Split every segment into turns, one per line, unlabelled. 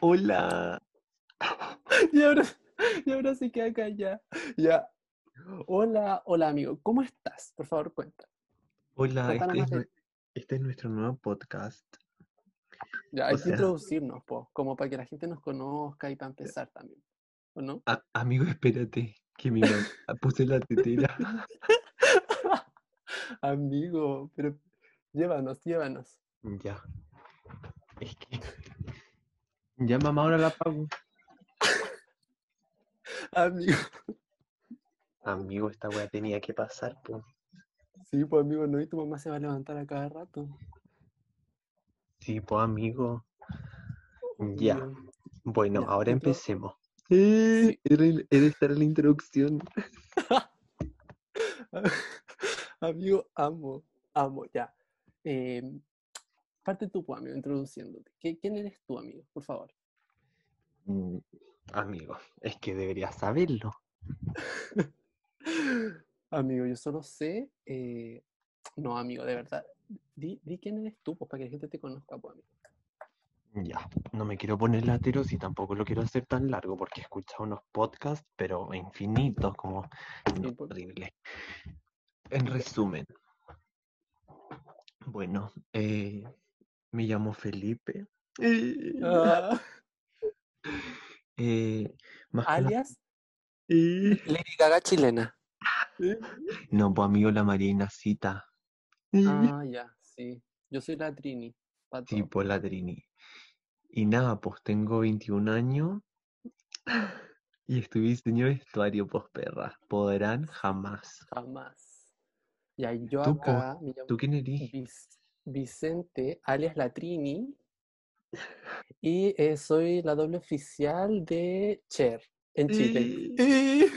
Hola.
Y ahora, y ahora se queda callada. Ya. Hola, hola amigo, ¿cómo estás? Por favor, cuenta.
Hola,
Cuéntanos
este
más
es,
de-
nue- este es nuestro nuevo podcast.
Ya, hay
O
que
sea-
introducirnos, po, como para que la gente nos conozca y para empezar también. ¿O no?
A- amigo, espérate, que mi mamá puse la tetera.
Amigo, pero llévanos, llévanos.
Ya. Es que. Ya, mamá, ahora la apago.
Amigo.
Amigo, esta wea tenía que pasar, po.
Sí, pues amigo, no, y tu mamá se va a levantar a cada rato.
Sí, po, amigo. Ya.
Amigo.
Bueno,
Ya,
ahora
intro-
empecemos. Eh,
Sí.
era, el- era estar en la introducción.
Amigo, amo, amo, ya. Eh, parte tú, pues, amigo, introduciéndote. ¿Qué- ¿Quién eres tú, amigo? Por favor.
Mm, Amigo, es que deberías saberlo.
Amigo, yo solo sé. eh, No, amigo, de verdad. Di, di quién eres tú, pues, para que la gente te conozca, pues, amigo.
Ya, no me quiero poner lateros y tampoco lo quiero hacer tan largo porque he escuchado unos podcasts, pero infinitos, como no,
por-
horrible. En resumen, bueno, eh, me llamo Felipe. Eh,
Ah,
eh, más cono-
alias
eh,
Lady Gaga chilena.
No, pues amigo, la Marinacita.
Ah, ya, sí. Yo soy la Trini. pa'
Sí,
todo.
pues la Trini. Y nada, pues tengo 21 años y estoy diseño de vestuario, pues perras. Podrán jamás.
Jamás. Y ahí yo
Tú, po,
acá me llamo
¿Tú quién eres?
Vic- Vicente, alias la Trini. Y eh, soy la doble oficial de Cher en Chile. Eh.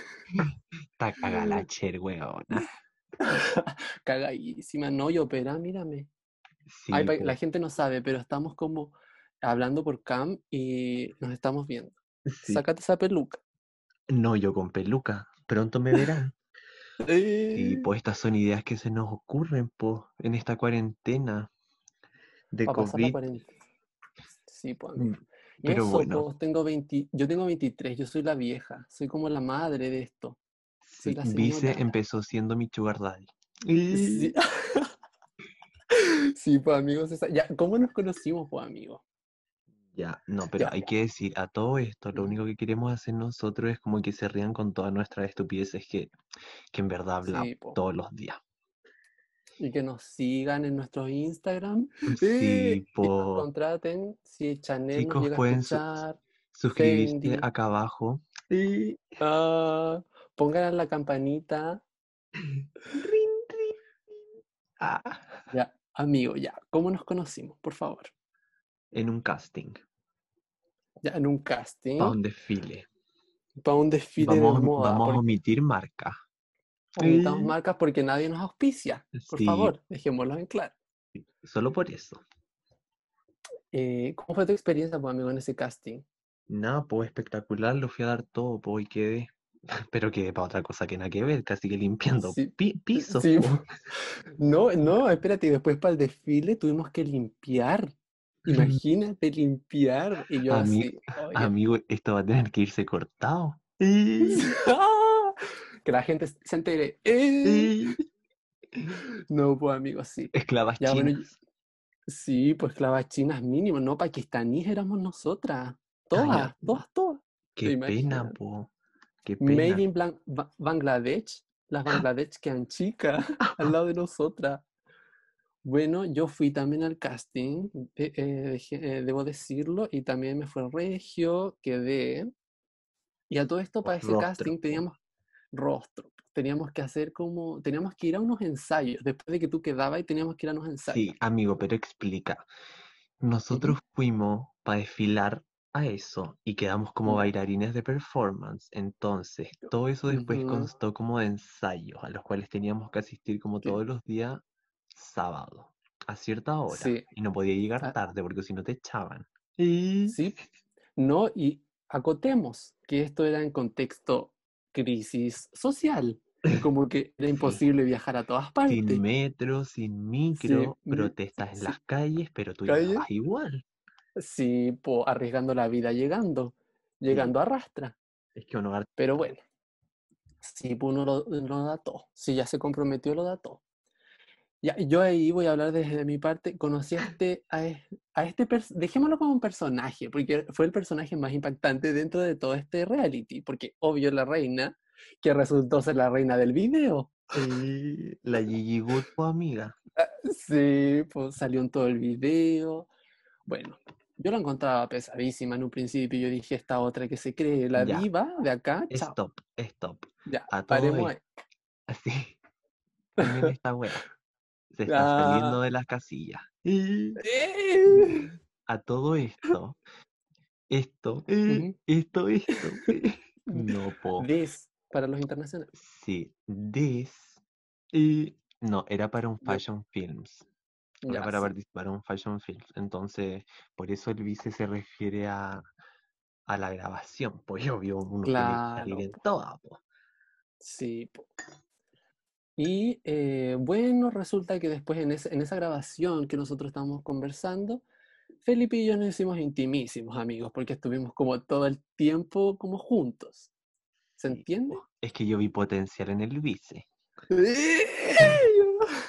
Está caga la cher, weona.
Cagadísima, no, y opera, mírame.
Sí, pues.
Ay, pa-
po.
la gente no sabe, pero estamos como hablando por cam y nos estamos viendo.
Sí.
Sácate esa peluca.
No, yo con peluca. Pronto me verán. Y
Eh,
pues estas son ideas que se nos ocurren, pues, en esta cuarentena de
pa' pasar la
COVID.
cuarentena. Sí, pues.
Mm,
amigo. Y
Pero
eso,
bueno,
pues, tengo 20, yo tengo 23, yo soy la vieja, soy como la madre de esto. Soy
sí,
la
Vice
señora.
empezó siendo mi sugar daddy. Y-
Sí, sí pues, amigos, esa- ya, ¿cómo nos conocimos, pues, amigos?
Ya, no, pero
Ya.
hay que decir, a todo esto, lo
Ujú.
único que queremos hacer nosotros es como que se rían con todas nuestras estupideces que, que en verdad hablamos
Sí, pues.
todos los días.
Y que nos sigan en nuestro Instagram. eh,
Sí,
y nos
po,
contraten si Chanel nos
chicos,
llega a
pueden su-
escuchar.
suscribirse
Fendi.
acá abajo. Y-
Ah, pongan la campanita.
Rin, rin. Ah,
Ya, amigo, ya. ¿Cómo nos conocimos? Por favor.
en un casting,
Ya, en un
para
casting,
un desfile.
para un ¿Eh? desfile
Vamos,
de
a-
moda.
vamos a
Porque
omitir marca.
omitamos
Eh,
marcas porque nadie nos auspicia. Por
Sí,
favor, dejémoslo en claro.
solo por eso.
Eh, ¿cómo fue tu experiencia, pues, amigo, en ese casting?
Nada, pues espectacular, lo fui a dar todo, po, y quedé. Pero quedé para otra cosa que nada que ver, casi que limpiando
Sí,
pi- pisos,
sí.
po.
No, no, espérate, y después para el desfile tuvimos que limpiar. Imagínate limpiar. Y yo
A mí-
así, oye.
Amigo, esto va a tener que irse cortado. Eh,
¡Ah! Que la gente se entere. ¡Eh!
eh,
No, pues amigo, sí.
Esclavas
Ya, bueno, y-
chinas.
sí, pues clavas chinas mínimo, no pakistaníes éramos
Ah,
nosotras.
Ay,
Todas, todas, todas.
Qué pena,
imaginas?
po. Qué
Made
pena. ¡Ah!
in Blan- Ba- Bangladesh. Las Bangladesh quedan chicas al lado de nosotras. Bueno, yo fui también al casting, de- eh, deje- eh, debo decirlo, y también me fue regio, quedé. Y a todo esto,
Por
para ese
rostro,
casting
po.
teníamos rostro, teníamos que hacer como, teníamos que ir a unos ensayos, después de que tú quedabas y teníamos que ir a unos ensayos.
Sí, amigo, pero explica. Nosotros fuimos para desfilar a eso y quedamos como
Ya.
bailarines de performance. Entonces, todo eso después
Ujú,
constó como de ensayos a los cuales teníamos que asistir como
sí,
todos los días sábado a cierta hora.
sí,
Y no podía llegar
ah,
tarde porque si no te echaban. Y...
sí, no, y acotemos que esto era en contexto crisis social, como que era imposible viajar a todas
Sin
partes.
metro, sin
Sí,
micro,
mi-
protestas en
sí,
las calles, pero tú
calle.
llegabas igual.
Sí, po, arriesgando la vida llegando. Llegando arrastra.
Es que uno harta
Pero bueno, si uno lo, lo da todo, si ya se comprometió, lo da todo. Ya, yo ahí voy a hablar desde mi parte. Conocí a este, a, e- a este pers- dejémoslo como un personaje, porque fue el personaje más impactante dentro de todo este reality, porque obvio la reina, que resultó ser la reina del video.
Sí, la Gigi Good, tu amiga.
Sí, pues salió en todo el video. Bueno, yo la encontraba pesadísima en un principio. Yo dije, esta otra que se cree, la
Ya.
diva de acá, chao.
Stop, stop.
Ya,
A todo
paremos ahí.
esto. Así. También esta wea. Se está
Ah.
saliendo de las casillas. Y Mm.
Eh.
a todo esto. Esto, eh,
Ujú.
esto, esto. eh. No, po.
This, para los internacionales.
Sí, this. Y no, era para un
Ya.
fashion films. Era
Ya,
para
sí.
participar en un fashion films. Entonces, por eso el vice se refiere a, a la grabación. Pues obvio, uno tiene que salir
Claro,
en pues. toda, po.
Sí. po. Y eh, bueno, resulta que después en, ese- en esa grabación que nosotros estábamos conversando, Felipe y yo nos hicimos intimísimos amigos porque estuvimos como todo el tiempo como juntos. ¿Se
Sí,
entiende?
Es que yo vi potencial en el vice.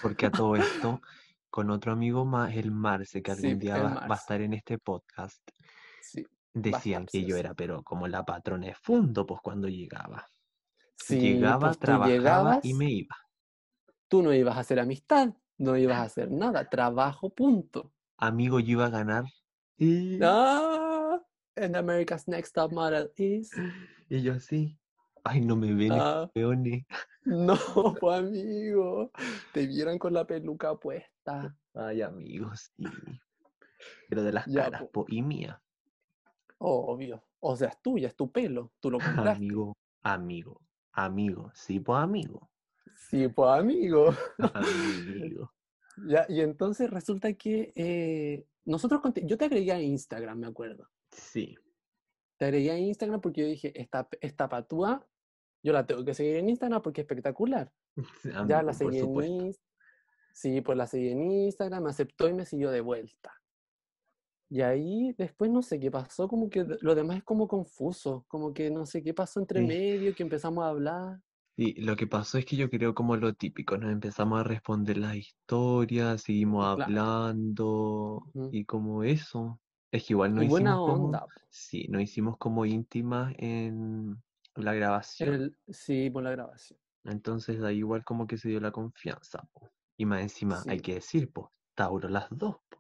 Porque a todo esto, con otro amigo más, el Marce, que
Sí,
algún día
el
va, va a
Mars.
estar en este podcast,
Sí, va a
decían
estar,
que
sí o
yo
sí.
era, pero como la patrona de fundo, pues cuando llegaba.
Sí,
Llegaba,
pues tú
trabajaba y
llegabas,
me iba.
tú no ibas a hacer amistad, no ibas a hacer nada, trabajo, punto.
Amigo, yo iba a ganar. Y,
Ah, and America's Next Top Model is.
y yo así. Ay, no me ven estos
Ah,
peones.
no, pues amigo, te vieran con la peluca puesta.
Ay, amigos, sí. Pero de las
Ya,
caras,
pues,
po, y mía.
obvio. O sea, es tuya, es tu pelo, tú lo compraste.
Ah, Amigo, amigo, amigo. Sí, pues amigo.
Sí, pues amigo.
Amigo.
Ya, y entonces resulta que eh, nosotros, conti- yo te agregué a Instagram, me acuerdo.
Sí.
Te agregué a Instagram porque yo dije, esta, esta patúa, yo la tengo que seguir en Instagram porque es espectacular. Ya la
Amigo, por
seguí en
supuesto.
Instagram. Sí, pues la seguí en Instagram, me aceptó y me siguió de vuelta. Y ahí después no sé qué pasó, como que de- lo demás es como confuso, como que no sé qué pasó entre
Sí.
medio, que empezamos a hablar.
Sí, lo que pasó es que yo creo como lo típico, nos empezamos a responder las historias, seguimos
Claro.
hablando
ujú.
y como eso. Es que igual no
Y buena
hicimos como,
onda. po.
sí, no hicimos como íntimas en la
En
grabación.
el, sí, por la grabación.
Entonces da igual como que se dio la confianza. po. Y más encima, hay
Sí.
que decir, pues, Tauro las dos. po.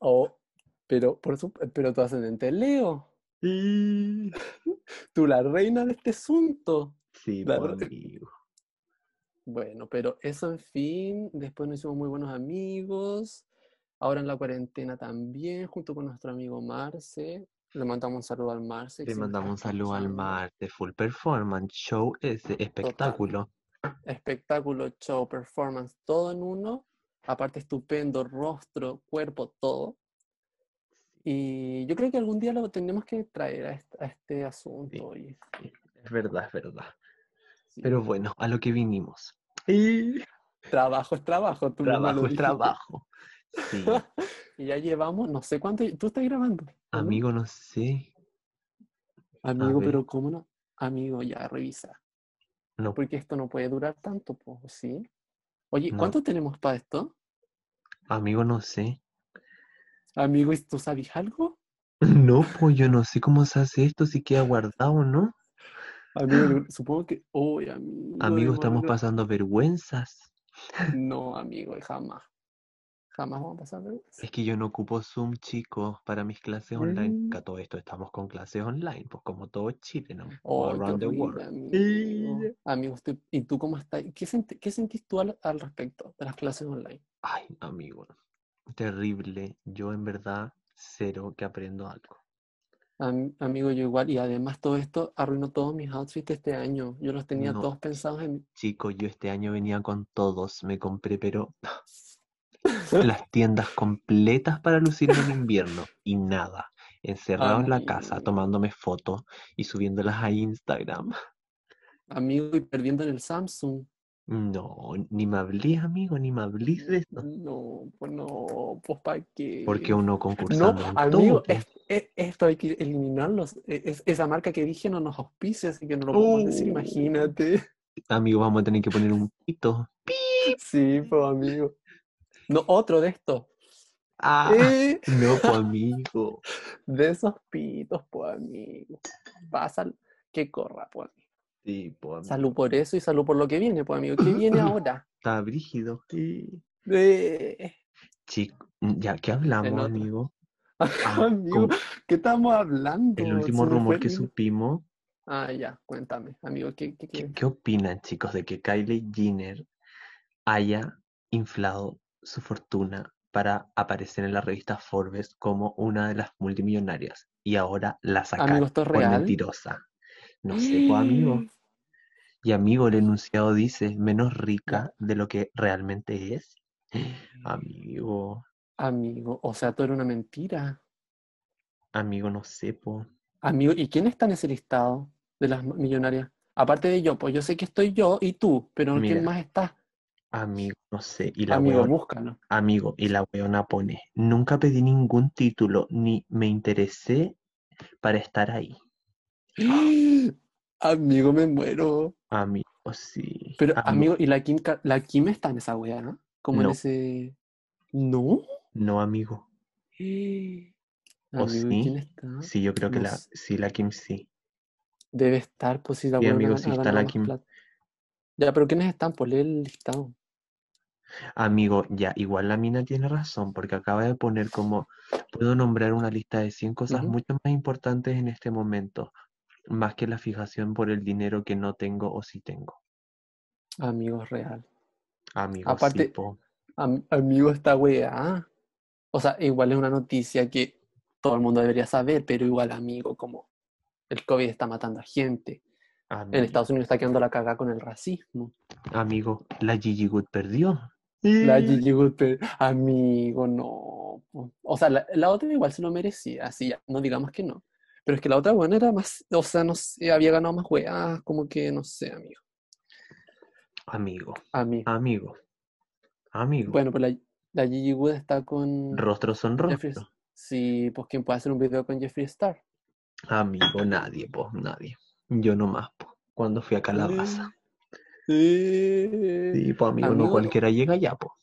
Oh, pero, por su- pero tu ascendente es Leo.
Y...
Tú la reina de este asunto.
Sí,
La
pues
re-
amigo.
Bueno, pero eso en fin, después nos hicimos muy buenos amigos, ahora en la cuarentena también, junto con nuestro amigo Marce, le mandamos un saludo al Marce, que
Le
siempre está
mandamos un saludo al
escuchando,
Marte, full performance, show, ese
total,
espectáculo.
espectáculo, show, performance, todo en uno, aparte estupendo, rostro, cuerpo, todo, y yo creo que algún día lo tenemos que traer a este, a este asunto,
Sí,
oye,
sí, es verdad, es verdad.
sí,
Pero bueno, a lo que vinimos. Y
trabajo es trabajo, tú misma lo
trabajo es
dijiste,
trabajo. Sí,
y ya llevamos, no sé cuánto, tú estás grabando, ¿o no?
amigo, no sé. A
Amigo,
ver,
pero ¿cómo no? Amigo, ya revisa.
no,
Porque esto no puede durar tanto, pues, ¿sí? Oye,
no,
¿cuánto tenemos para esto?
amigo, no sé.
Amigo, ¿y ¿tú sabes algo?
No, pues yo no sé cómo se hace esto, si queda guardado o no.
Amigo, yo supongo que. Uy, amigo,
Amigo,
debemos haber
estamos
gra-
pasando vergüenzas.
No, amigo, jamás. Jamás vamos a pasar vergüenza.
Es que yo no ocupo Zoom, chicos, para mis clases online. Que
Mm.
a todo esto estamos con clases online, pues como todo Chile, ¿no? Como
Ay, qué
around the
horrible,
world.
amigo.
Y-
Amigo, estoy- ¿y tú cómo estás? ¿Qué, senti- qué sentís tú al, al respecto de las clases online?
Ay, amigo, terrible. Yo en verdad, cero que aprendo algo.
Am- amigo, yo igual. Y además, todo esto arruinó todos mis outfits de este año. Yo los tenía
No,
todos pensados en.
Chico, yo este año venía con todos, me compré, pero las tiendas completas para lucirme en invierno y nada, encerrado en la casa
Amigo,
tomándome fotos y subiéndolas a Instagram.
amigo y perdiendo en el Samsung.
No, ni me hablís, amigo, ni me hablís de esto.
No, pues no, pues para qué.
Porque uno
No,
concursando en todo,
amigo, es- es- esto hay que eliminarlos. E, Es- esa marca que dije no nos auspicia, así que no lo podemos decir,
Oh.
imagínate.
amigo, vamos a tener que poner un pito.
Sí, pues amigo. No, otro de estos.
Ah,
Eh,
no, pues amigo.
de esos pitos, pues amigo. Va, sal- que corra, pues amigo.
Sí, pues amigo.
Salud por eso y salud por lo que viene, pues amigo. ¿Qué viene ahora?
Está brígido.
Sí. Eh,
Chico, mm, ya que hablamos,
otra.
amigo, Ah,
amigo,
con-
¿qué estamos hablando?
el
Se
último
me
rumor
fue
que
el hilo.
supimos,
Ah, ya, cuéntame, amigo, ¿qué, qué,
¿qué,
qué?
qué opinan, chicos, de que Kylie Jenner haya inflado su fortuna para aparecer en la revista Forbes como una de las multimillonarias y ahora la sacaron
Amigo, ¿esto es
por
real?
mentirosa? Pues, No sé, pues amigo. Y amigo, el enunciado dice menos rica de lo que realmente es.
Mm.
Amigo,
Amigo, o sea, todo era una mentira.
amigo, no sé, po.
Amigo, ¿y quién está en ese listado de las ma- millonarias? Aparte de yo, pues yo sé que estoy yo y tú, pero
Mira,
¿quién más está?
Amigo, no sé. Y la
Amigo,
weona-
búscalo.
Amigo, y la weona pone, nunca pedí ningún título ni me interesé para estar ahí.
Amigo, me muero.
Amigo, sí.
Pero,
Ami-
amigo, ¿y la Kim, Ka- la Kim está en esa weá, no? Como en
No.
ese... ¿No?
No, amigo. ¿O
Amigo, ¿y
sí?
quién está?
Sí, yo creo que
No
la,
sé.
sí, la Kim sí.
Debe estar, pues si la
Sí,
weona
amigo,
gan-
sí
ha
está
ganado
la
más
Kim.
plata. Ya, pero ¿quiénes están? Pues lee el listado.
Amigo, ya, igual la mina tiene razón, porque acaba de poner como, puedo nombrar una lista de 100 cosas
Ujú.
mucho más importantes en este momento, más que la fijación por el dinero que no tengo o sí tengo.
Amigo, es real.
Amigo, sí,
Aparte-
po.
Am- amigo, esta weá. O sea, igual es una noticia que todo el mundo debería saber, pero igual, amigo, como el COVID está matando a gente. En
Amigo.
Estados Unidos está quedando la cagada con el racismo.
Amigo, la Gigi Good perdió.
La
Eh,
Gigi Goodper, amigo, no. po. O sea, la, la otra igual se lo merecía, así ya, no digamos que no. Pero es que la otra buena era más, o sea, no sé, había ganado más weá, como que no sé, amigo.
Amigo,
Amigo.
amigo, amigo.
Bueno, pues la, la Gigi Good está con
Rostro son
Jeffree.
rostro.
Sí, pues quien puede hacer un video con Jeffree Star.
Amigo, nadie, po, nadie. Yo nomás, po. Cuando fui a Calabaza.
Eh,
Sí, po, amigo, no
Amigo.
cualquiera llega ya, po.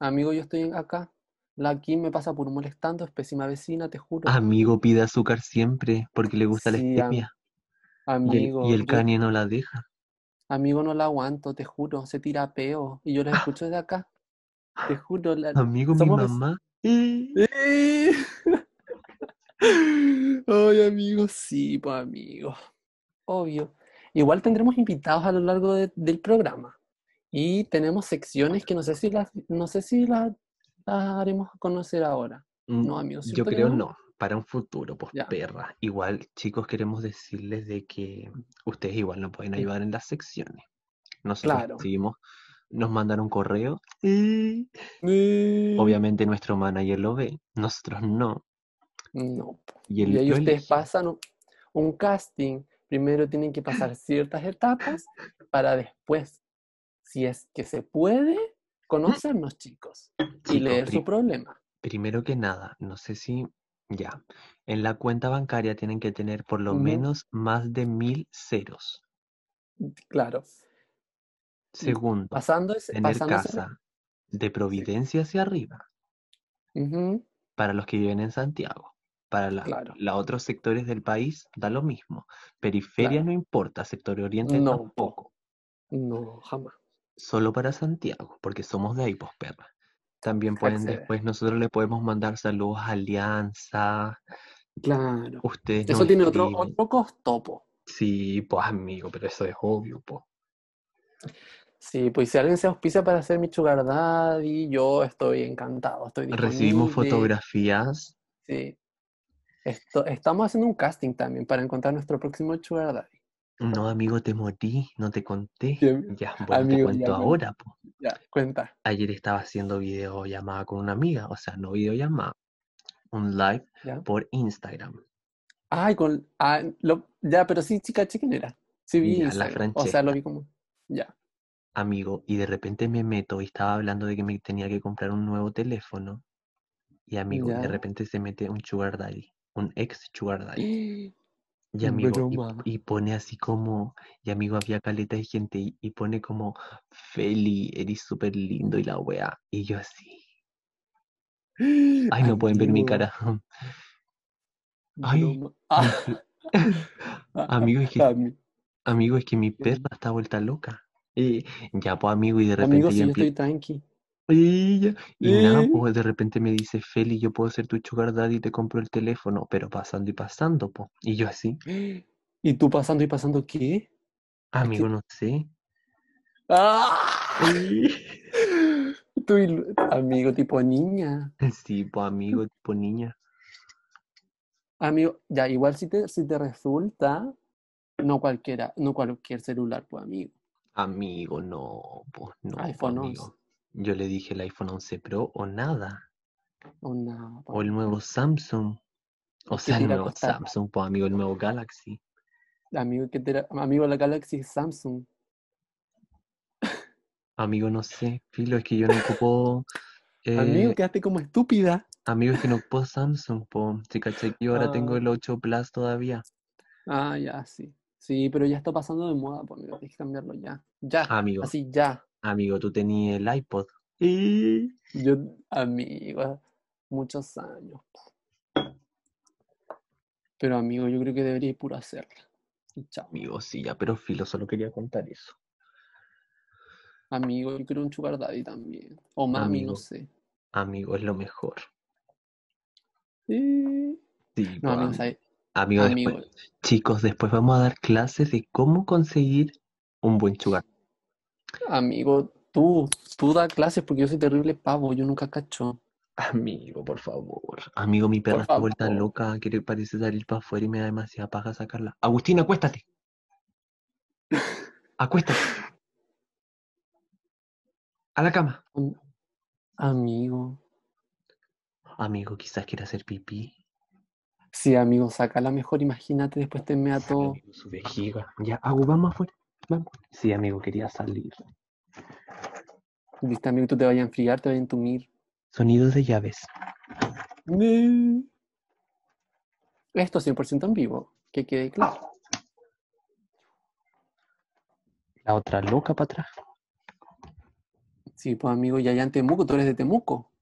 Amigo, yo estoy acá. La Kim me pasa por molestando, es pésima vecina, te juro.
Amigo pide azúcar siempre porque le gusta la
Sí, am-
stevia. Y el,
Amigo,
y el
yo-
Kanye no la deja.
amigo, no la aguanto, te juro, se tira a peo. Y yo la escucho desde acá. Te juro, la-
Amigo, mi
somos vec-
mamá. eh,
¡Eh! Ay, amigo, sí, pues amigo. Obvio. Igual tendremos invitados a lo largo de- del programa. Y tenemos secciones que no sé si las, no sé si las, las haremos conocer ahora.
mm,
No, amigo,
Yo
¿cierto que
creo
no?
no. Para un futuro, pues
Ya.
perra. Igual, chicos, queremos decirles de que ustedes igual nos pueden
Mm.
ayudar en las secciones. Nosotros
Claro.
recibimos, nos mandaron correo. y
Obviamente.
Obviamente nuestro manager lo ve, nosotros no.
No. po.
Y él
Y ahí
lo
ustedes
elige.
pasan un, un casting. Primero tienen que pasar ciertas etapas para después, si es que se puede, conocernos, chicos, y
Mm. Chicos,
leer
pri-
su problema.
primero que nada, no sé si ya. En la cuenta bancaria tienen que tener por lo
Ujú.
menos más de mil ceros.
Claro.
Segundo,
Pasando ese,
tener
pasando ese-
casa de Providencia hacia arriba,
Ujú,
para los que viven en Santiago. Para la,
Claro.
la otros sectores del país da lo mismo. Periferia
Claro.
no importa, sector oriente
No, po.
tampoco.
No, jamás.
solo para Santiago, porque somos de ahí, pues, perra. También pueden
Acceder.
después, nosotros le podemos mandar saludos a Alianza,
Claro.
ustedes
Eso
nos
tiene otro,
escriben.
otro costo, po.
Sí, pues amigo, pero eso es obvio, pues.
Sí, pues si alguien se auspicia para hacer mi sugar daddy, yo estoy encantado, estoy
Recibimos
disponible.
fotografías,
Sí. Esto, estamos haciendo un casting también para encontrar nuestro próximo sugar daddy.
no amigo, te morí, no te conté.
Sí, am-
Ya, bueno, te
amigo, ya,
cuento
bueno.
ahora, pues.
Ya, cuenta.
Ayer estaba haciendo videollamada con una amiga, o sea, no videollamada, un live
Ya.
por Instagram.
Ay, con. ah, lo- ya, pero sí, chica, chica, ¿quién era? Sí, vi
Ya, la
Instagram. O sea, lo
Francesca.
vi como. Ya.
amigo, y de repente me meto y estaba hablando de que me tenía que comprar un nuevo teléfono. Y amigo,
Ya.
de repente se mete un sugar daddy, un ex sugar daddy. Y amigo, y-
Broma.
y, pone así como, y amigo, había caleta de gente y, y pone como, Feli, eres súper lindo y la wea. Y yo así, ay, no pueden ver mi
Amigo,
cara. Ay.
broma. Ah,
Amigo, es que,
ami-
amigo, es que mi perra está vuelta loca. Y ya, pues amigo, y de repente
Amigo,
yo
si yo
empie-
estoy tranqui.
Y, ya- y nada,
Eh.
pues de repente me dice, Feli, yo puedo ser tu sugar daddy y te compro el teléfono, pero pasando y pasando, pues. Y yo así,
¿Y tú pasando y pasando qué?
amigo, no sé.
¡Ah! Tú ilu- amigo tipo niña.
Sí, pues amigo, tipo niña.
Amigo, ya igual si te, si te resulta, no cualquiera, no cualquier celular, pues amigo.
Amigo, no, pues no, pues,
iPhone 11.
amigo. Yo le dije el iPhone 11 Pro o nada,
O nada, pues,
o el nuevo Samsung, o
¿qué
sea,
te
el
irá a
nuevo
costar?
Samsung, pues amigo, el nuevo Galaxy.
Amigo, que te irá- amigo la Galaxy Samsung.
Amigo, no sé, filo, es que yo no ocupo, eh,
Amigo, quedaste como estúpida.
amigo, es que no ocupo Samsung, pues, si cachai que yo ahora tengo
Ah.
el 8 Plus todavía.
Ah, ya, sí. Sí, pero ya está pasando de moda, pues amigo, tienes que cambiarlo ya. Ya,
Amigo,
Ah, así ya.
amigo, tú tenías el iPod. Y...
Yo, amigo, muchos años. Pero amigo, yo creo que debería ir puro a hacerla. Y Chao.
Amigo, sí, ya, pero filo, solo quería contar eso.
Amigo, yo quiero un sugar daddy también. O mami,
Amigo,
no sé.
amigo, es lo mejor.
Sí.
Sí, po,
No, amigo,
am-
¿sabes?
amigo, después.
Amigo,
Chicos, después vamos a dar clases de cómo conseguir un buen sugar.
amigo, tú, tú da clases porque yo soy terrible pavo, yo nunca cacho.
Amigo, por favor. Amigo, mi perra
Por
está vuelta
favor.
loca, quiere parece salir para afuera y me da demasiada paja sacarla. Agustín, acuéstate. Acuéstate. A la cama.
Am- Amigo.
Amigo, quizás quiera hacer pipí.
Sí, amigo, sácala mejor, imagínate, después te mea
Sí,
todo.
amigo, su vejiga. Ya, Agu, vamos afuera. Vamos. Sí, amigo, quería salir.
Viste, amigo, tú te vayas a enfriar, te vayas a entumir.
Sonidos de llaves.
Ne. Esto 100% en vivo, que quede claro.
La otra loca para atrás.
Sí, pues amigo, y allá en Temuco, tú eres de Temuco,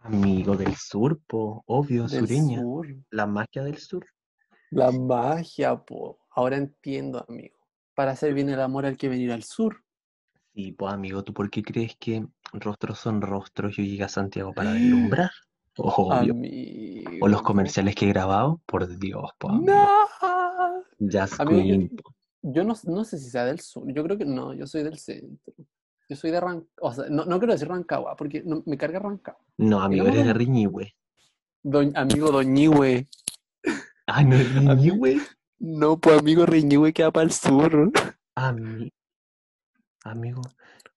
Amigo del sur, po. Obvio,
del
sureña.
sur.
La magia del sur.
La magia, po. Ahora entiendo, amigo. Para hacer bien el amor hay que venir al sur.
Sí, pues amigo, ¿tú por qué crees que rostros son rostros? Yo llegué a Santiago para deslumbrar. Obvio. O los
Amigo.
comerciales que he grabado, por Dios, pues amigo.
No.
Just
Amigo, yo,
Queen, po.
yo no, no sé si sea del sur. Yo creo que no, yo soy del centro. Yo soy de Rancagua. O sea, no, no quiero decir Rancagua, porque no- me carga Rancagua.
No, amigo,
Digamos
eres de
Don-
Riñihue.
Doñ- amigo Doñihue.
Ah, no es
Ami-
Riñihue.
No, pues amigo Riñihue queda para el sur.
Ami- amigo,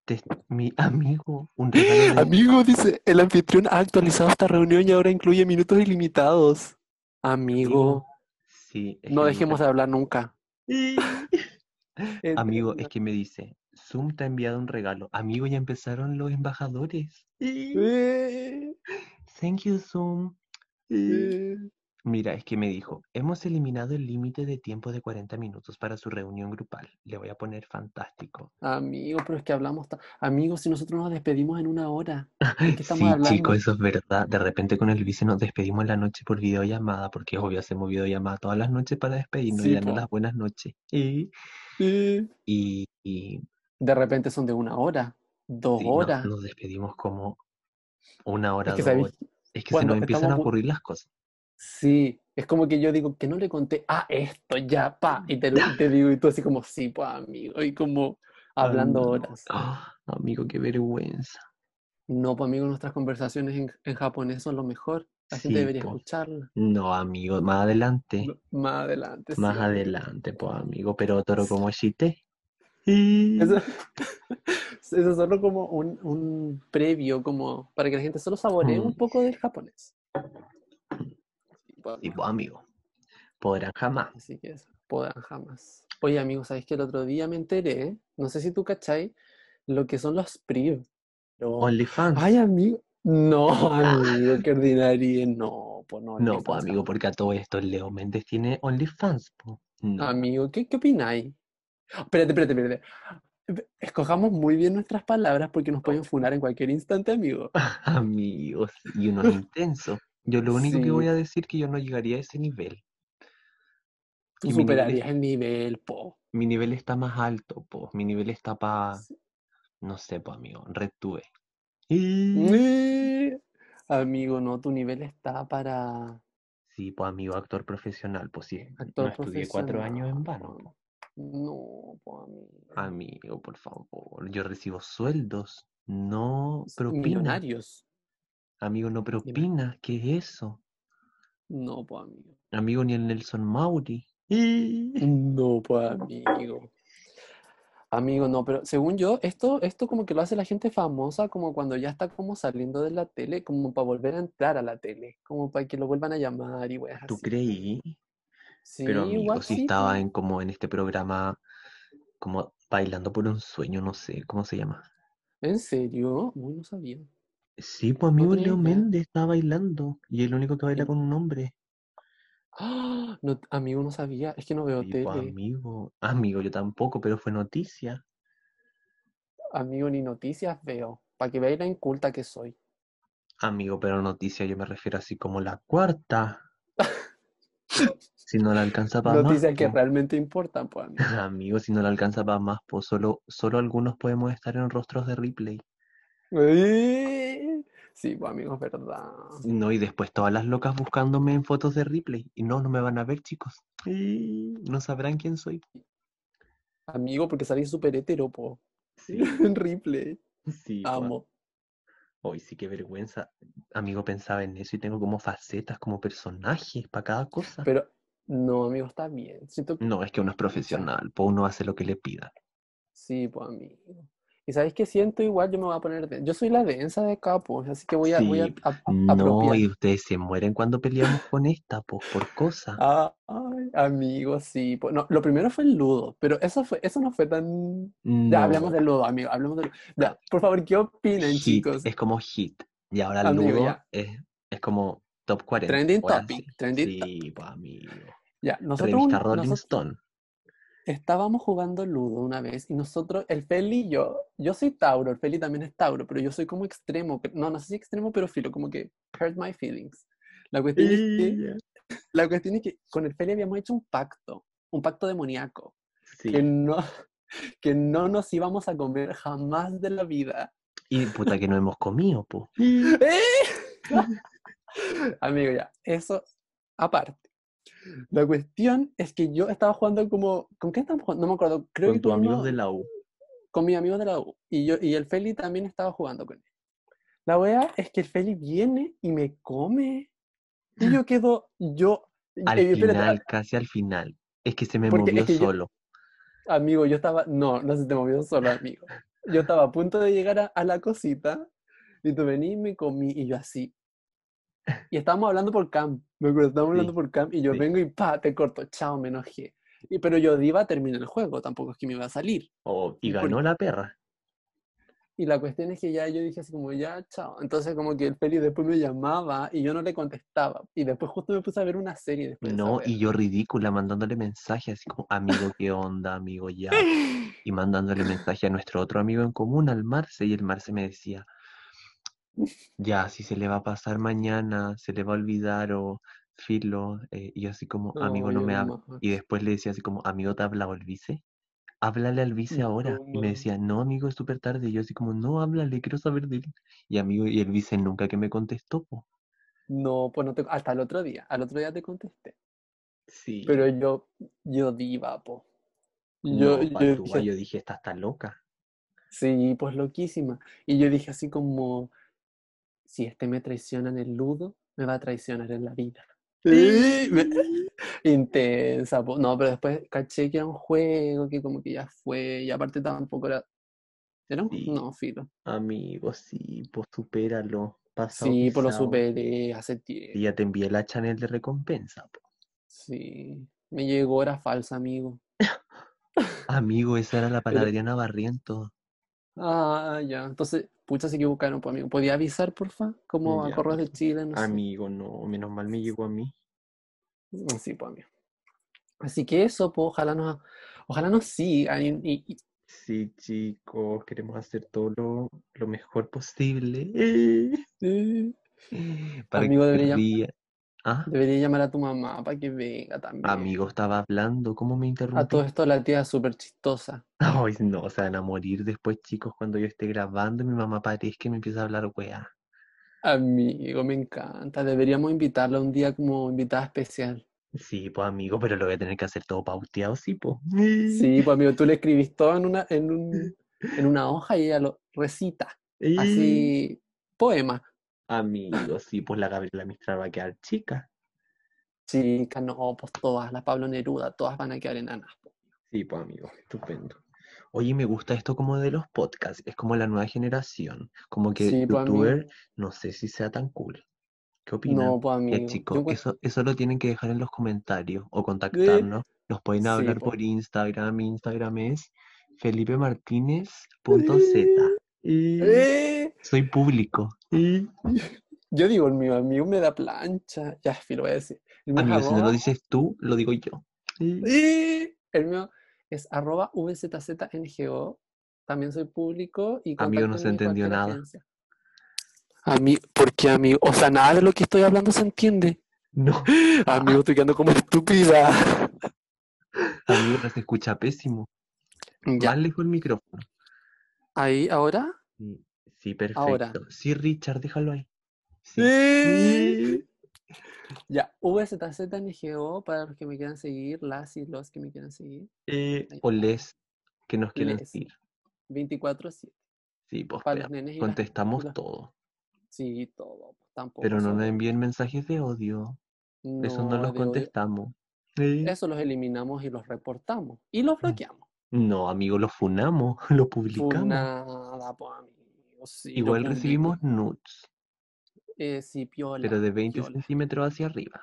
te- mi amigo, un regalo de...
Amigo, dice, el anfitrión ha actualizado esta reunión y ahora incluye minutos ilimitados. Amigo,
Sí, es
no
que
dejemos de hablar nunca.
nunca- Amigo, es
Eterna.
que me dice, Zoom te ha enviado un regalo. Amigo, ya empezaron los embajadores.
Eh,
Thank you, Zoom.
eh.
Mira, es que me dijo, hemos eliminado el límite de tiempo de 40 minutos para su reunión grupal. Le voy a poner fantástico.
Amigo, pero es que hablamos. ta- Amigo, si nosotros nos despedimos en una hora, ¿de qué estamos
Sí, chico,
hablando?
eso es verdad. De repente con el vice nos despedimos en la noche por videollamada, porque es obvio, hacemos videollamada todas las noches para despedirnos y
Sí,
darnos
po.
las buenas noches. Y,
Eh.
y, y
De repente son de una hora, dos
sí, no-
horas.
nos despedimos como una hora,
Es que
dos horas.
sabéis,
Es que se
cuando
nos empiezan
estamos.
a
pu-
ocurrir las cosas.
Sí, es como que yo digo que no le conté a esto ya, pa, y te, y te digo, y tú así como, sí, pa, amigo, y como hablando
Amigo,
horas.
ah, amigo, qué vergüenza.
No, pues amigo, nuestras conversaciones en, en japonés son lo mejor. La gente
Sí,
debería
po.
escucharla.
No, amigo, más adelante,
M- Más adelante,
más
sí, amigo.
adelante, pues, amigo, pero toro como chiste. Y-
Eso, eso es solo como un, un previo, como para que la gente solo saboree un
Mm,
poco del japonés. Sí, pues,
Sí,
amigo.
pues, amigo, podrán jamás.
Así que eso, puedan jamás. Oye, amigo, ¿sabes que el otro día me enteré? No sé si tú cachai, lo que son los PRIV. No.
OnlyFans.
Ay, amigo. No, amigo, qué ordinaria. No, pues no.
no,
OnlyFans,
pues amigo, porque a todo esto Leo Méndez tiene OnlyFans. po. No.
Amigo, ¿qué, qué opináis? Espérate, espérate, espérate. Escojamos muy bien nuestras palabras porque nos pueden funar en cualquier instante, amigo.
Amigos, y uno es intenso. Yo lo único
Sí.
que voy a decir es que yo no llegaría a ese nivel.
Tú
Y mi nivel
superarías el nivel, po.
Mi nivel está más alto, pues. Mi nivel está para, no sé, pues, amigo, retube. Y... Mm.
Eh, Amigo, no, tu nivel está para
Sí, pues, amigo, actor profesional, pues sí. No
actor
estudié cuatro años en vano.
profesional. No, po, amigo.
Amigo, por favor, yo recibo sueldos, no propina.
Millonarios.
Amigo, no propina, ¿qué es eso?
No, po, amigo.
Amigo, ni el Nelson Mauri. Y-
No, pues amigo. Amigo, no, pero según yo, esto, esto como que lo hace la gente famosa, como cuando ya está como saliendo de la tele, como para volver a entrar a la tele, como para que lo vuelvan a llamar y weas
¿Tú
así.
creí?
Sí,
Pero amigo,
igual
si
sí,
estaba
po.
en como en este programa, como bailando por un sueño, no sé, ¿cómo se llama?
¿En serio? Uy, no sabía.
Sí, pues amigo
tenía
Leo
idea.
Méndez estaba bailando y el único que baila
En-
con un hombre.
¡Ah! No, amigo, no sabía, es que no veo
Sí, pues
tele,
amigo, amigo, yo tampoco, pero fue noticia.
amigo, ni noticias veo, para que veáis la inculta que soy.
Amigo, pero noticia yo me refiero así como la cuarta. Si no la alcanza para más,
Noticias que
po.
realmente importan, pues amigo.
Amigo, si no la alcanza para más, pues solo, solo algunos podemos estar en rostros de replay.
Eh, Sí, pues amigo, es verdad.
No, y después todas las locas buscándome en fotos de replay. Y no, no me van a ver, chicos. Y no sabrán quién soy.
Amigo, porque salís súper hetero, po.
Sí,
En Ripley.
sí, pues.
Amo.
Hoy sí, qué vergüenza. Amigo, pensaba en eso y tengo como facetas, como personajes para cada cosa.
Pero no, amigo, está bien. Siento que
No, es que uno es profesional, pues uno hace lo que le pidan.
sí, pues amigo. Y sabéis que siento igual, yo me voy a poner. de- Yo soy la densa de acá, po, así que voy a, voy a,
Sí,
a- a-
no,
apropiar.
y ustedes se mueren cuando peleamos con esta, pues por cosa.
Ah, ay, amigo, sí. po. No, lo primero fue el ludo, pero eso fue, eso no fue tan. Ya, hablemos
No,
del ludo, amigo, hablemos del Ya, por favor, ¿qué opinan,
hit,
chicos?
es como hit. Y ahora
Amigo,
Ludo
ya.
es, es como top 40.
Trending
weas
topic,
así.
trending topic.
Sí, pues amigo.
Ya, nosotros,
Revista
un-
Rolling
nosotros,
Stone.
Estábamos jugando Ludo una vez y nosotros, el Feli y yo, yo soy Tauro, el Feli también es Tauro, pero yo soy como extremo, que- no, no sé si extremo, pero filo, como que hurt my feelings. La cuestión es que,
Y-
la cuestión es que con el Feli habíamos hecho un pacto, un pacto demoníaco, que
Sí.
no, que no nos íbamos a comer jamás de la vida.
Y puta que no hemos comido, pues.
¡Eh! Amigo, ya, eso aparte. La cuestión es que yo estaba jugando como, ¿con qué estamos jugando? No me acuerdo, creo que
Con tus
con
amigos
uno,
de la U.
con mis amigos de la U. Y, yo, y el Feli también estaba jugando con él. La wea es que el Feli viene y me come. Y yo quedo, yo,
Al
eh, espérate,
final, casi al final. Es que se me
Porque es
movió
que yo-
solo.
a- amigo, yo estaba, no, no se te movió solo, amigo. Yo estaba a punto de llegar a, a la cosita y tú vení y me comí y yo así. Y estábamos hablando por cam, me acuerdo, estábamos hablando
Sí,
por cam y yo
sí.
vengo y pa, te corto, chao, me enojé. Y, pero yo iba a terminar el juego, tampoco es que me iba a salir.
Oh, y
Por-
ganó la perra.
Y la cuestión es que ya yo dije así como, ya, chao. Entonces como que el Feli después me llamaba y yo no le contestaba. Y después justo me puse a ver una serie después de esa
No,
wea.
y yo ridícula mandándole mensajes así como, amigo, ¿qué onda, amigo? Ya. Y mandándole mensaje a nuestro otro amigo en común, al Marce, y el Marce me decía, ya, si se le va a pasar mañana, se le va a olvidar o filo. eh, y yo así como, amigo,
Ay,
no me
el
hable. Y después le decía así como, amigo, ¿te habla el vice? Háblale al vice ahora. Y me
Max.
decía, no, amigo, es súper tarde. Y yo así como, no, háblale, quiero saber de él. Y amigo, y el vice nunca que me contestó. po.
No, pues no te... Hasta el otro día. Al otro día te contesté.
Sí.
Pero yo, yo diva, po. Yo,
No,
yo
patúa,
dije,
yo dije, esta está loca.
sí, pues loquísima. Y yo dije así como, si este me traiciona en el ludo, me va a traicionar en la vida. Y me- Intensa, po. No, pero después caché que era un juego, que como que ya fue, y aparte tampoco era, era un,
Sí,
no, filo.
amigo, sí, pues supéralo. Pasado
Sí, pues lo
pisado.
superé hace
Y
tiempo,
ya te envié la Chanel de recompensa. po.
sí. Me llegó, era falsa, amigo.
Amigo, esa era la para
Era-
Adriana Barrientos.
Ah, ya. Entonces, pucha, se equivocaron, pues, amigo. ¿Podía avisar, porfa? Como a
Ya,
Correos de
pues.
Chile, no sé.
Amigo, no, menos mal me llegó a mí.
Mm, Sí, pues, amigo. Así que eso, pues, ojalá nos, ojalá nos sigan y, y- y-
Sí, chicos, queremos hacer todo lo, lo mejor posible.
eh,
Para
Amigo,
que
debería-
ría. Ah,
debería llamar a tu mamá para que venga también.
amigo, estaba hablando, ¿cómo me
A
interrumpí?
todo esto la tía es súper chistosa.
Ay, no, se van a morir después, chicos, cuando yo esté grabando y mi mamá aparezca y me empieza a hablar wea.
Amigo, me encanta. Deberíamos invitarla un día como invitada especial.
Sí, pues amigo, pero lo voy a tener que hacer todo pauteado, sí, pues.
Sí, pues, amigo, tú le escribís todo en una, en un, en una hoja y ella lo recita. Así, poema.
Amigo, sí, pues la Gabriela Mistral va a quedar chica.
Chicas, no, pues todas, las Pablo Neruda, todas van a quedar enanas.
Sí, pues amigo, estupendo. Oye, me gusta esto como de los podcasts, es como la nueva generación, como que
Sí, pues, amigo.
youtuber, no sé si sea tan cool. ¿Qué opinan?
No, pues,
Ya
amigo. Yo
chicos,
encuentro...
eso, eso lo tienen que dejar en los comentarios o contactarnos. Nos pueden
Sí,
hablar
pues.
por Instagram, mi Instagram es felipemartinez.z. Y
Eh,
soy público. Y...
Yo digo, el mío, el mío me da plancha. Ya, filo, voy a decir. El mío es
Amigo, si Ah, no lo
arroba.
dices tú, lo digo yo. Y-
eh, El mío es arroba VZZNGO. También soy público y
Amigo, no se
contáctenme en
entendió
cualquier
nada.
agencia. A mí, porque a mí, o sea, nada de lo que estoy hablando se entiende.
No,
Amigo, estoy quedando como estúpida.
amigo, no se escucha pésimo.
Ya,
Más lejos el micrófono.
ahí, ahora,
Sí, sí,
ahora.
perfecto. Sí, Richard, déjalo ahí. Sí.
Eh.
Y-
Ya, VZZNGO para los que me quieran seguir, las y los que me quieran seguir.
eh,
Ahí
o
está.
les que nos quieran
Les,
seguir.
24-7,
Sí, pues
para
vea,
los nenes y las... y
contestamos
los-
todo,
Sí, todo, tampoco
pero no nos
solo...
envíen mensajes de odio. Eso no
No,
los
de odio.
contestamos. Sí.
Eso los eliminamos y los reportamos. Y los bloqueamos.
No, amigo, los funamos, los publicamos.
Funada, pues, amigo. Sí, lo
Igual
publico.
recibimos nudes,
Eh, sí,
pero
piola,
de 20
piola.
centímetros hacia arriba.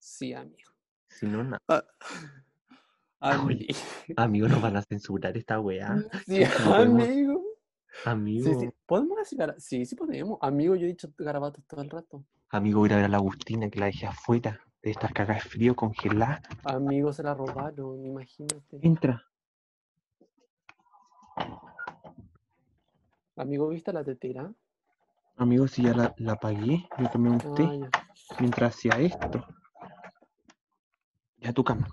Sí, amigo.
Si no, nada.
Ah,
Ah, Oye, ah,
amigo.
amigo, nos van a censurar esta weá.
Mm. Sí,
Chuta, no podemos.
amigo. Sí, sí.
Amigo,
¿Podemos decir gara- Sí, sí podemos. Amigo, yo he dicho garabatos todo el rato.
amigo, voy a ir a ver a la Agustina que la dejé afuera de estas cagas de frío congeladas.
Amigo, se la robaron, imagínate.
Entra.
Amigo, ¿viste la tetera?
Amigo, si ya la, la pagué, yo tomé un
Ah,
té
ya.
mientras hacía esto. Ya tu cama.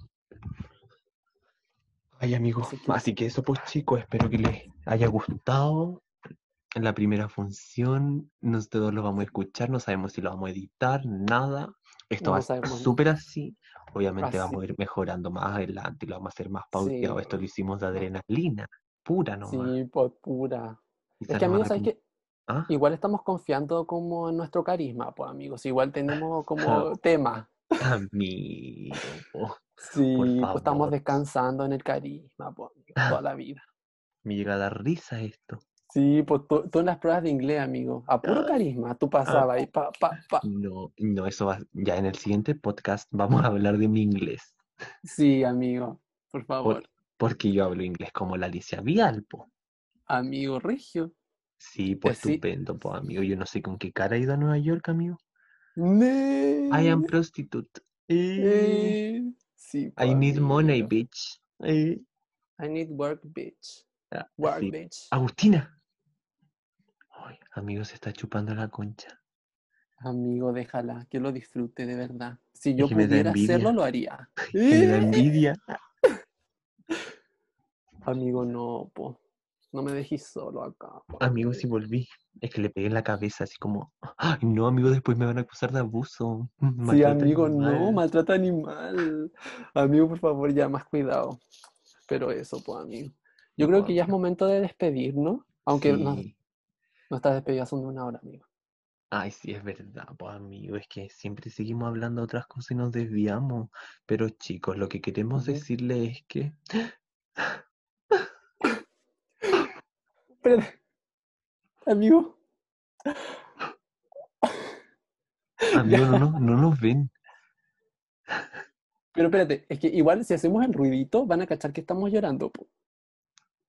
Ay, amigo.
Así que,
Así que eso pues chicos, espero que les haya gustado la primera función. Nosotros lo vamos a escuchar, no sabemos si lo vamos a editar, nada. Esto va a
no
estar
sabemos.
súper así. Obviamente vamos
Así.
a ir mejorando más adelante, lo vamos a hacer más pauteado.
Sí,
Esto lo hicimos de adrenalina, pura nomás.
sí, por pura. Es
Quizás
que,
nos
amigo, ¿sabes
arrepentimos.
qué?
¿Ah?
Igual estamos confiando como en nuestro carisma, pues, amigos. Igual tenemos como tema.
Amigo, por
Sí, pues estamos
favor.
descansando en el carisma, pues, amigo, toda la vida.
Me llega a dar risa esto.
Sí, pues tú, tú en las pruebas de inglés, amigo, a puro
Ay,
carisma, tú
ah,
pasabas ahí, pa, pa, pa.
No, no, eso va. Ya en el siguiente podcast vamos a hablar de mi inglés.
Sí, amigo,
por-
por favor,
porque yo hablo inglés como la Alicia Vial, po.
amigo Regio.
Sí, pues
Eh, sí.
estupendo, pues amigo. Yo no sé con qué cara he ido a Nueva York, amigo. I am
Ne-
prostitute. Mm. Eh,
eh, Sí, pues,
I need money,
amigo.
bitch. Eh,
I need work, bitch.
ah,
Work,
sí.
bitch.
Agustina. Ay, amigo, se está chupando la concha.
Amigo, déjala, que lo disfrute de verdad. Si
Es
yo
que me da
pudiera hacerlo,
envidia.
lo haría.
Que me da
Eh,
envidia.
Amigo, no, po. No me dejís solo acá, po,
Amigo, si
amigo.
volví. Es que le pegué en la cabeza, así como. Ay, no, amigo, después me van a acusar de abuso. Mm,
Sí,
Maltrato
amigo, no,
animal.
maltrata animal. Amigo, por favor, ya más cuidado. Pero eso, pues, amigo. Yo creo
Pues,
que ya es
amigo.
momento de despedirnos, aunque nos-
Sí.
nuestras despedidas son de una hora, amigo.
Ay, sí, es verdad, pues amigo, es que siempre seguimos hablando de otras cosas y nos desviamos. Pero chicos, lo que queremos
Ujú.
decirles es que
Espérate, amigo,
amigos no
ya.
nos, no nos ven.
Pero espérate, es que igual si hacemos el ruidito, van a cachar que estamos llorando, po.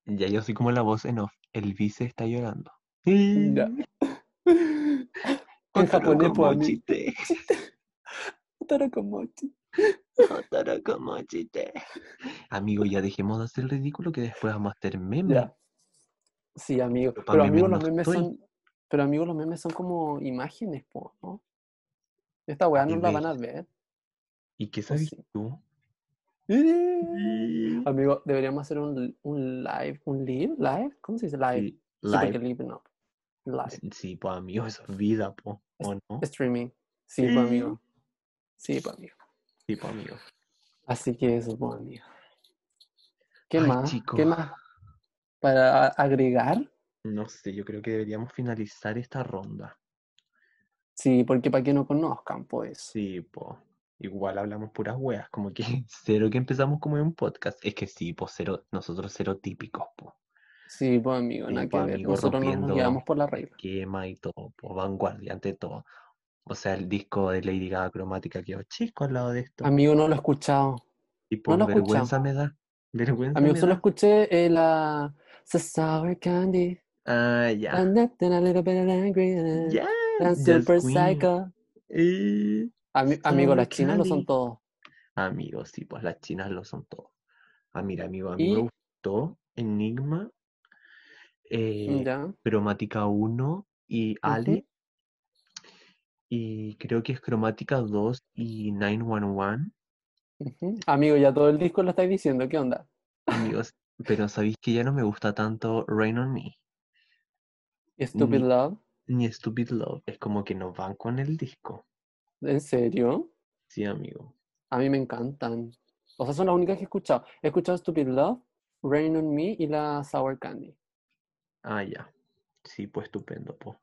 Ya yo soy como la voz en off. El vice está llorando.
Ya. En japonés, pues, a mí. Tarakomochi.
Amigo, ya dejemos de hacer el ridículo que después vamos a hacer memes.
Ya. Sí, amigo.
Pero pa'
Pero
memes
amigos,
no
los memes
estoy.
son. Pero amigos, los memes son como imágenes, po, ¿no? Esta weá no la van a ver.
¿Y qué sabes
Pues sí.
tú?
Amigo, deberíamos hacer un, un live. ¿Un live? ¿Live? ¿Cómo se dice live?
Sí,
Sí, porque
live.
live no. Live.
Sí, pues amigo, eso es vida, po. ¿O no?
Streaming. Sí, pues, amigo. Sí, pues, amigo.
Sí, pues amigo.
Así que eso, pues, amigo. ¿Qué
Ay,
más?
chico.
¿Qué más? Para a- agregar.
No sé, yo creo que deberíamos finalizar esta ronda.
Sí, porque para que no conozcan, pues.
Sí, po. Igual hablamos puras weas, como que cero que empezamos como en un podcast. Es que sí, po, cero, nosotros cero típicos, po.
Sí, pues, amigo,
Sí,
nada que
pues,
ver.
amigo,
Nosotros no nos
rompiendo.
guiamos por la regla.
Quema y todo, po, vanguardia ante todo. O sea, el disco de Lady Gaga cromática quedó chico al lado de esto.
Amigo, no lo he escuchado.
Y por
lo he
vergüenza me da. Vergüenza
Amigo,
me
solo
da.
escuché eh, la. "It's a sour candy.
Ah, ya.
I'm nothing a little bit angry. and
Ya.
I'm
Just
super
Queen.
psycho.
Eh,
Ami- amigo,
Sour
las chinas lo son
candy.
todos.
Amigos, sí, pues las chinas lo son todo. Ah, mira, amigo, a mí me
Y-
gustó Enigma, eh,
Ya.
Cromática 1 y Ale, y creo que es Cromática 2 y 911.
ujú, ujú. Amigo, ya todo el disco lo estáis diciendo. ¿Qué onda?
Amigos, pero sabéis que ya no me gusta tanto Rain on Me
Stupid
Ni-
Love.
ni Stupid Love. Es como que no van con el disco.
¿En serio?
Sí, amigo.
A mí me encantan. O sea, son las únicas que he escuchado. He escuchado Stupid Love, Rain on Me y la Sour Candy.
Ah, ya. Sí, pues estupendo, po.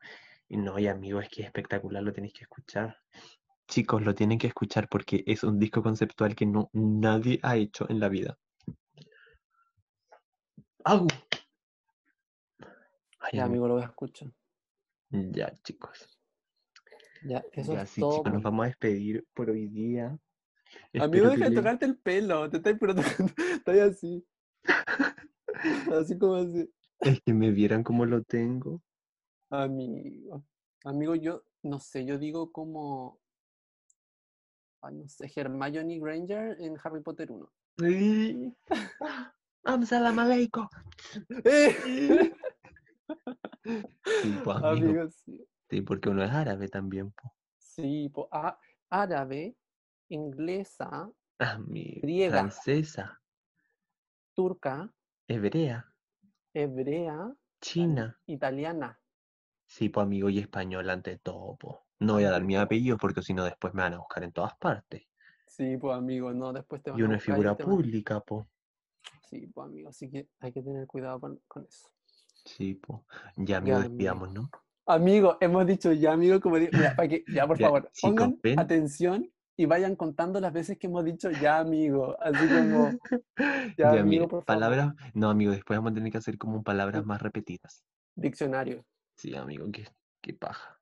Y no, y amigo, es que es espectacular, lo tenéis que escuchar. Chicos, lo tienen que escuchar porque es un disco conceptual que no nadie ha hecho en la vida. ¡Au! Ay, amigo.
Ya, amigo, lo voy a escuchar.
Ya, chicos.
Ya, eso
Ya,
es
sí,
todo.
chicos, nos
pues.
vamos a despedir por hoy día.
Amigo,
Espero que
deja de
les-
tocarte el pelo. Te estáis puro tocando. Estoy así. Así como así.
Es que me vieran como lo tengo.
Amigo. Amigo, yo no sé. Yo digo como. ay, no sé. Hermione Granger en Harry Potter 1.
¡Ey! ¡Am salam aleikum! Eh, Sí, pues, amigo.
Amigo, sí.
Sí, porque uno es árabe también, po.
Sí, po, á- árabe, inglesa,
Amigo,
Griega.
Ah, francesa,
turca,
hebrea,
hebrea,
china.
italiana.
Sí, pues amigo, y español ante todo, po. No voy a dar mi apellido porque si no después me van a buscar en todas partes.
Sí, pues amigo, no, después te van
Y
a
uno es
buscar y
figura
te van-
pública, po.
Sí, pues amigo, así que hay que tener cuidado con, con eso.
Sí, po. Ya,
Ya,
amigo,
amigo.
despidamos, ¿no?
Amigo, hemos dicho ya, amigo, como digo, mira, para que, ya, por
Ya,
favor,
chicos,
pongan
ven.
atención y vayan contando las veces que hemos dicho ya, amigo, así como, ya,
Ya,
amigo,
mira,
por favor,
palabras. No, amigo, después vamos a tener que hacer como palabras más repetidas.
diccionario.
Sí, amigo, qué, qué paja.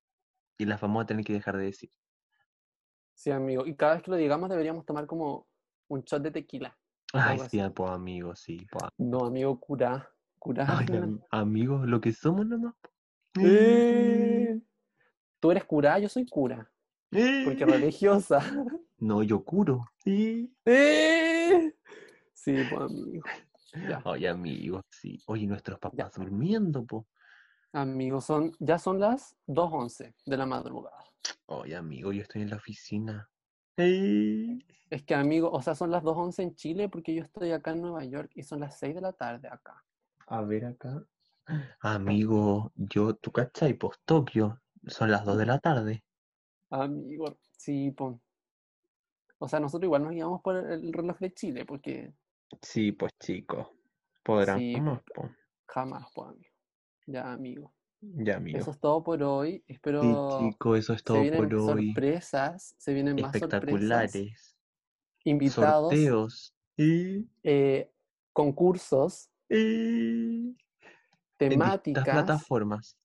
Y las vamos a tener que dejar de decir.
Sí, amigo, y cada vez que lo digamos deberíamos tomar como un shot de tequila.
Ay,
algo
sí,
así.
pues amigo, sí, pues.
No, amigo, cura, cura.
Ay, am- amigos, lo que somos nomás. po.
Eh, Tú eres cura, yo soy cura, porque religiosa.
No, yo curo. Sí.
Eh, Sí, pues amigo. Ya,
Oye, amigos, sí. Oye, nuestros papás durmiendo, po.
amigos, son, ya son las 2.11 de la madrugada.
Oye, amigo, yo estoy en la oficina.
Es que amigo, o sea, son las 2.11 en Chile porque yo estoy acá en Nueva York y son las 6 de la tarde acá.
A ver acá. Amigo, yo, tú cachai, pues Tokio, son las 2 de la tarde.
Amigo, sí, pues. O sea, nosotros igual nos guiamos por el reloj de Chile porque
Sí, pues chicos, podrán
Sí,
nomás, po.
jamás, pues amigo. Ya, amigo.
Ya,
Eso
amigo.
es todo por hoy.
Sí,
Espero
chicos, eso es
se
todo
vienen
por hoy.
sorpresas, se vienen más sorpresas.
Espectaculares.
invitados,
Sorteos. Y,
eh, concursos,
y- En distintas
temáticas,
plataformas.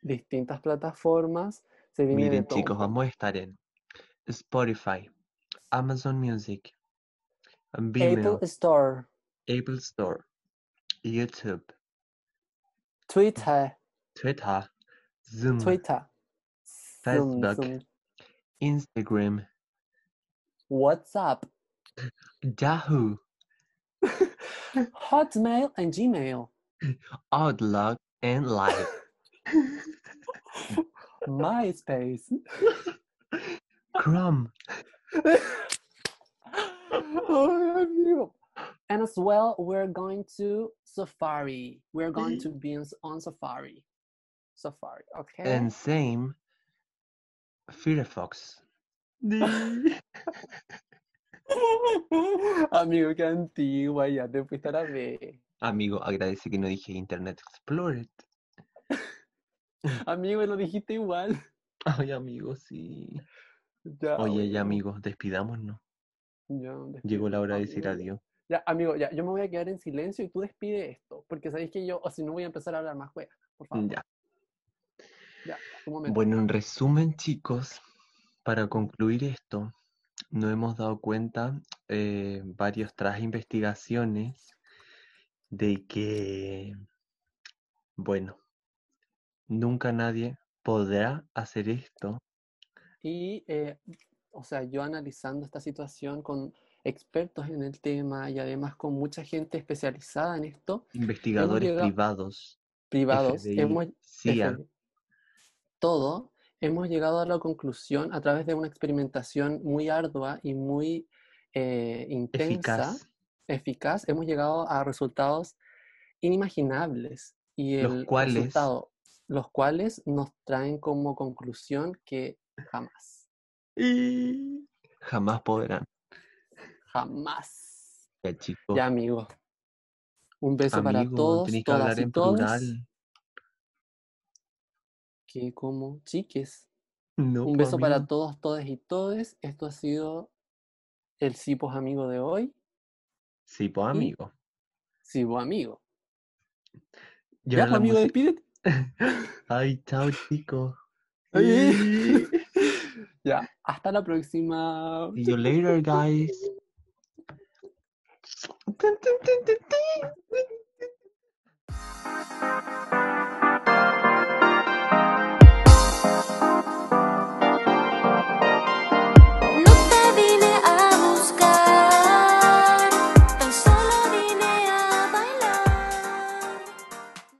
distintas plataformas. Se viene de
Miren,
todo un
chicos,
poco.
vamos a estar en Spotify, Amazon Music, Vimeo,
Apple Store.
Apple Store, YouTube,
Twitter,
Twitter, Zoom,
Twitter, Zoom,
Hmm. Facebook.
Zoom,
Instagram,
WhatsApp,
Yahoo,
Hotmail and Gmail,
Outlook, and Live.
MySpace.
Chrome,
Oh, amigo. and as well, we're going to Safari. We're going to be on- on Safari. Safari, okay?
and same Firefox.
Amigo, qué antigua, ya te fuiste a la B.
Amigo, agradece que no dije Internet Explorer.
Amigo, lo dijiste igual.
Ay, amigo, sí.
Ya,
Oye, ya,
bueno,
amigos, despidámonos.
ya, despide.
Llegó la hora de decir
Amigo.
adiós.
Ya, amigo, ya, yo me voy a quedar en silencio y tú despide esto, porque sabéis que yo, o si no, voy a empezar a hablar más juega. Por favor,
Ya.
un momento.
Bueno, en resumen, chicos, para concluir esto, nos hemos dado cuenta, eh, varios tras investigaciones, de que, bueno, nunca nadie podrá hacer esto.
Y, eh, o sea, yo analizando esta situación con expertos en el tema y además con mucha gente especializada en esto,
Investigadores
llegado-
privados,
privados,
FBI,
hemos, e
CIA,
FBI, todo, hemos llegado a la conclusión a través de una experimentación muy ardua y muy eh, intensa,
eficaz,
eficaz, hemos llegado a resultados inimaginables. Y
Los
el
cuales-
resultado, los cuales nos traen como conclusión que jamás,
y jamás podrán.
jamás.
Ya, chicos,
Ya, amigo. Un beso para
amigo,
todos,
tenéis que
todas
hablar
y
en
todes,
plural.
que como chiques.
No,
Un
po,
beso para
amigo.
todos, todas y todes. Esto ha sido el Cipos Amigo de hoy.
Sí, pues, amigo.
Cibo Amigo.
Y
Ya,
ahora la
pues, amigo,
música-
despídete.
Ay, chao, chicos.
Ay. Ya, hasta la próxima.
See you later, guys.